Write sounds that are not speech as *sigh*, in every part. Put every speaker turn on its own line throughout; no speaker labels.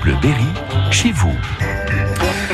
Bleu Berry, chez vous.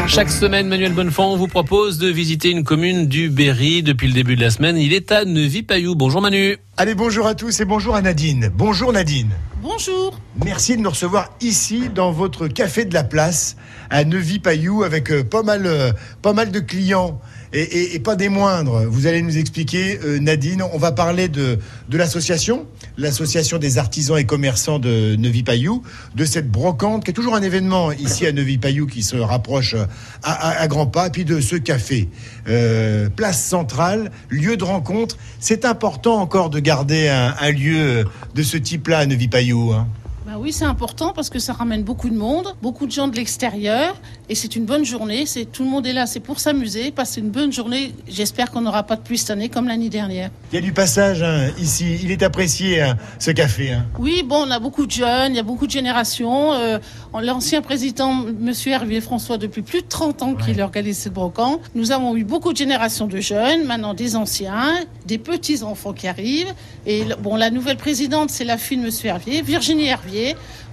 Chaque semaine, Manuel Bonnefond vous propose de visiter une commune du Berry. Depuis le début de la semaine, il est à Neuvy-Payou. Bonjour Manu.
Allez, bonjour à tous et bonjour à Nadine. Bonjour Nadine.
Bonjour.
Merci de nous recevoir ici dans votre café de la place à Neuvy-Payou avec euh, pas mal, euh, pas mal de clients et, et- et pas des moindres. Vous allez nous expliquer, euh, Nadine, on va parler de, de l'association, l'association des artisans et commerçants de Neuvy-Payou, de cette brocante qui est toujours un événement ici à Neuvy-Payou qui se rapproche euh, à, à- à grands pas, puis de ce café. Euh, place centrale, lieu de rencontre. C'est important encore de garder un, un lieu de ce type-là à Neuvy-Payou. hein.
Bah oui, c'est important parce que ça ramène beaucoup de monde, beaucoup de gens de l'extérieur, et c'est une bonne journée. C'est tout le monde est là, c'est pour s'amuser, passer une bonne journée. J'espère qu'on n'aura pas de pluie cette année comme l'année dernière.
Il y a du passage hein, ici, il est apprécié hein, ce café. hein.
Oui, bon, on a beaucoup de jeunes, il y a beaucoup de générations. Euh, L'ancien président, Monsieur Hervé François, depuis plus de 30 ans qu'il organise cette brocante, nous avons eu beaucoup de générations de jeunes, maintenant des anciens, des petits enfants qui arrivent. Et le- bon, la nouvelle présidente, c'est la fille de Monsieur Hervier, Virginie Hervier.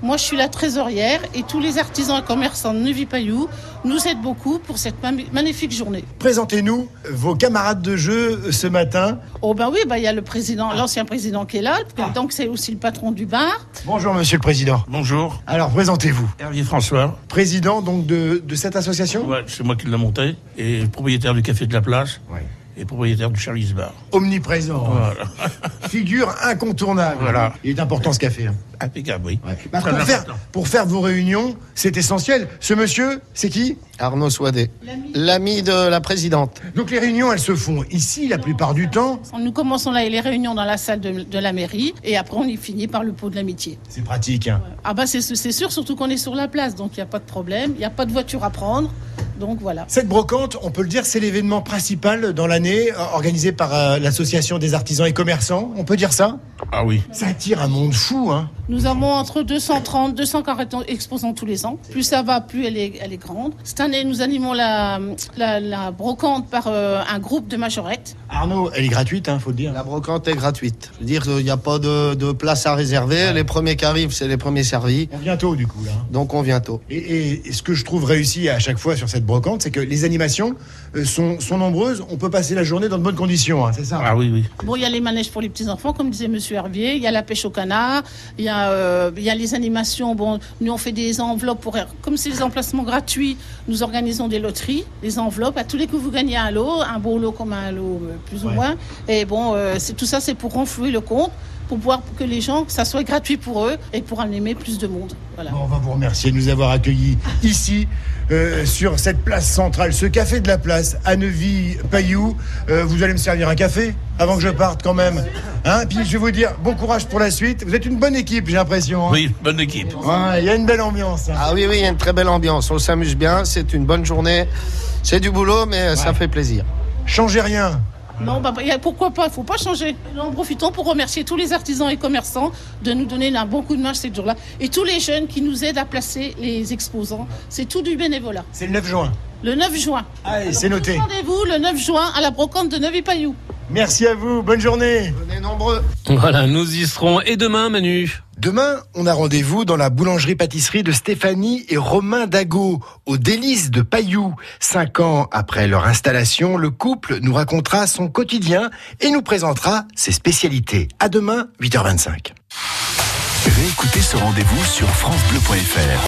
Moi, je suis la trésorière et tous les artisans et commerçants de Neuvy-Payou nous aident beaucoup pour cette mam- magnifique journée.
Présentez-nous vos camarades de jeu euh, ce matin.
Oh ben oui, ben, il y a le président, l'ancien président qui est là, donc c'est aussi le patron du bar.
Bonjour Monsieur le Président.
Bonjour,
Alors présentez-vous.
Hervé François.
Président donc de, de cette association
Ouais, c'est moi qui l'ai monté et propriétaire du Café de la Place
Ouais.
et propriétaire du Charlie's Bar.
Omniprésent.
Voilà,
*laughs* Figure incontournable.
Voilà.
Il est important ce café. hein.
impeccable, oui.
Bah,
Très
pour,
bien.
faire, pour faire vos réunions, c'est essentiel. Ce monsieur, c'est qui
Arnaud Soidet, l'ami de la présidente.
Donc les réunions, elles se font ici la plupart du temps.
Nous commençons là les réunions dans la salle de, de la mairie et après on y finit par le pot de l'amitié.
C'est pratique. hein.
Ah bah c'est c'est sûr, surtout qu'on est sur la place, donc il n'y a pas de problème, il n'y a pas de voiture à prendre, donc voilà.
Cette brocante, on peut le dire, c'est l'événement principal dans l'année euh, organisé par euh, l'association des artisans et commerçants. On peut dire ça
Ah oui,
Ça attire un monde fou, hein
Nous avons entre 230 240 exposants tous les ans. Plus ça va, plus elle est, elle est grande. Cette année, nous animons la, la, la brocante par euh, un groupe de majorettes.
Arnaud, elle est gratuite, hein, faut le dire.
La brocante est gratuite. Je veux dire qu'il n'y a pas de, de place à réserver. Les premiers qui arrivent, c'est les premiers servis.
On vient tôt, du coup, là.
Donc on vient tôt.
Et, et- et ce que je trouve réussi à chaque fois sur cette brocante, c'est que les animations euh, sont, sont nombreuses. On peut passer la journée dans de bonnes conditions, hein, c'est ça
ah oui, oui.
Bon, il y a les manèges pour les petits-enfants, comme disait Monsieur Hervier, il y a la pêche au canard, il y a, euh, il y a les animations. Bon, nous, on fait des enveloppes pour. Comme c'est des emplacements gratuits, nous organisons des loteries, des enveloppes. À tous les coups, vous gagnez un lot, un beau lot comme un lot, euh, plus ou
Ouais.
moins. Et bon, euh, c'est tout ça, c'est pour renflouer le compte, pour pouvoir que les gens, que ça soit gratuit pour eux et pour animer plus de monde. Voilà.
Bon, on va vous remercier de nous avoir accueillis ici, euh, sur cette place centrale, ce café de la place, à Neuvy-Payou. Euh, vous allez me servir un café avant que je parte quand même. Hein Puis je vais vous dire bon courage pour la suite. Vous êtes une bonne équipe, j'ai l'impression. hein.
Oui, bonne équipe.
Ouais, Il y a une belle ambiance. hein.
Ah oui, oui, il y a une très belle ambiance. On s'amuse bien. C'est une bonne journée. C'est du boulot, mais ça fait plaisir.
Changez rien.
Non, bah, bah, y a- pourquoi pas, il faut pas changer. Nous en profitons pour remercier tous les artisans et commerçants de nous donner un bon coup de main ces jours-là. Et tous les jeunes qui nous aident à placer les exposants. C'est tout du bénévolat.
C'est le 9 juin.
Le 9 juin.
Allez, c'est noté.
Rendez-vous le 9 juin à la brocante de Neuvy-Payou.
Merci à vous. Bonne journée.
On est nombreux.
Voilà, nous y serons. Et demain, Manu
Demain, on a rendez-vous dans la boulangerie-pâtisserie de Stéphanie et Romain Dago, au délice de Payou. Cinq ans après leur installation, le couple nous racontera son quotidien et nous présentera ses spécialités. À demain, 8h25.
Réécoutez ce rendez-vous sur FranceBleu.fr.